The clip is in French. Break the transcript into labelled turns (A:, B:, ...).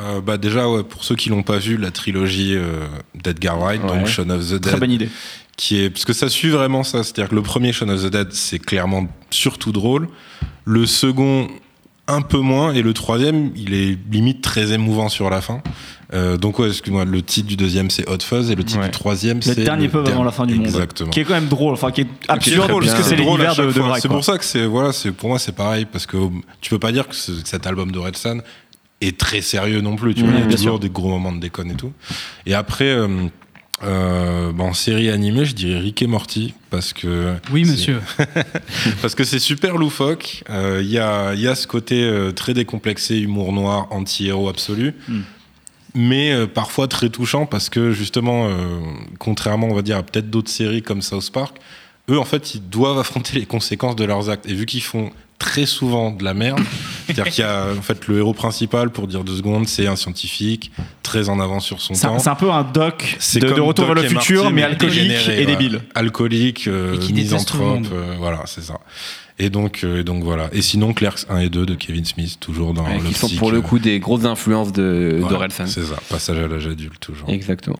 A: Euh, bah déjà, ouais, pour ceux qui l'ont pas vu, la trilogie euh, d'Edgar Wright,
B: Ouais.
A: donc Shaun of the
B: Très
A: Dead,
B: bonne idée.
A: qui est parce que ça suit vraiment ça, c'est-à-dire que le premier Shaun of the Dead, c'est clairement surtout drôle, le second un peu moins et le troisième, il est limite très émouvant sur la fin. Euh, donc ouais, excuse-moi, le titre du deuxième c'est Hot Fuzz et le titre
B: Ouais.
A: du troisième
B: Le
A: c'est
B: dernier pub avant la fin du monde.
A: Exactement.
B: Qui est quand même drôle, enfin qui est absurde
A: drôle,
B: parce que Ah, c'est
A: drôle à
B: l'univers
A: chaque
B: de, de
A: fois.
B: Braque,
A: C'est
B: quoi.
A: pour ça que c'est voilà, c'est pour moi c'est pareil parce que oh, tu peux pas dire que, ce- que cet album de Red Sun est très sérieux non plus. Tu vois,
B: Ouais,
A: il y a
B: bien
A: toujours des gros moments de déconne et tout. Et après. euh, euh, bah, en série animée, je dirais Rick et Morty parce que
C: Oui,
A: c'est-
C: monsieur.
A: parce que c'est super loufoque. Euh, Il y, a, il y a ce côté euh, très décomplexé, humour noir, anti-héros absolu.
B: Mm.
A: Mais euh, parfois très touchant parce que justement, euh, contrairement, on va dire, à peut-être d'autres séries comme South Park, eux, en fait, ils doivent affronter les conséquences de leurs actes. Et vu qu'ils font très souvent de la merde, c'est-à-dire qu'il y a, en fait, le héros principal, pour dire deux secondes, c'est un scientifique très en avance sur son
B: C'est un-
A: temps.
B: c'est un peu un doc
A: C'est
B: de, de
A: comme
B: retour
A: Doc
B: vers le
A: et
B: futur,
A: Marty,
B: mais alcoolique
A: dégénéré,
B: et
A: voilà.
B: débile.
A: Alcoolique, euh,
C: Et qui déteste tout le
A: misanthrope,
C: monde.
A: euh, voilà, c'est ça. Et donc, euh, et donc voilà. Et sinon, Clerks 1 et 2 de Kevin Smith, toujours dans
C: Ouais, qui
A: le
C: sont
A: l'optique.
C: Tic,
A: euh,
C: euh,
D: pour le coup des grosses influences de, de
A: voilà,
D: Relsan.
A: C'est ça, passage à l'âge adulte toujours.
D: Exactement.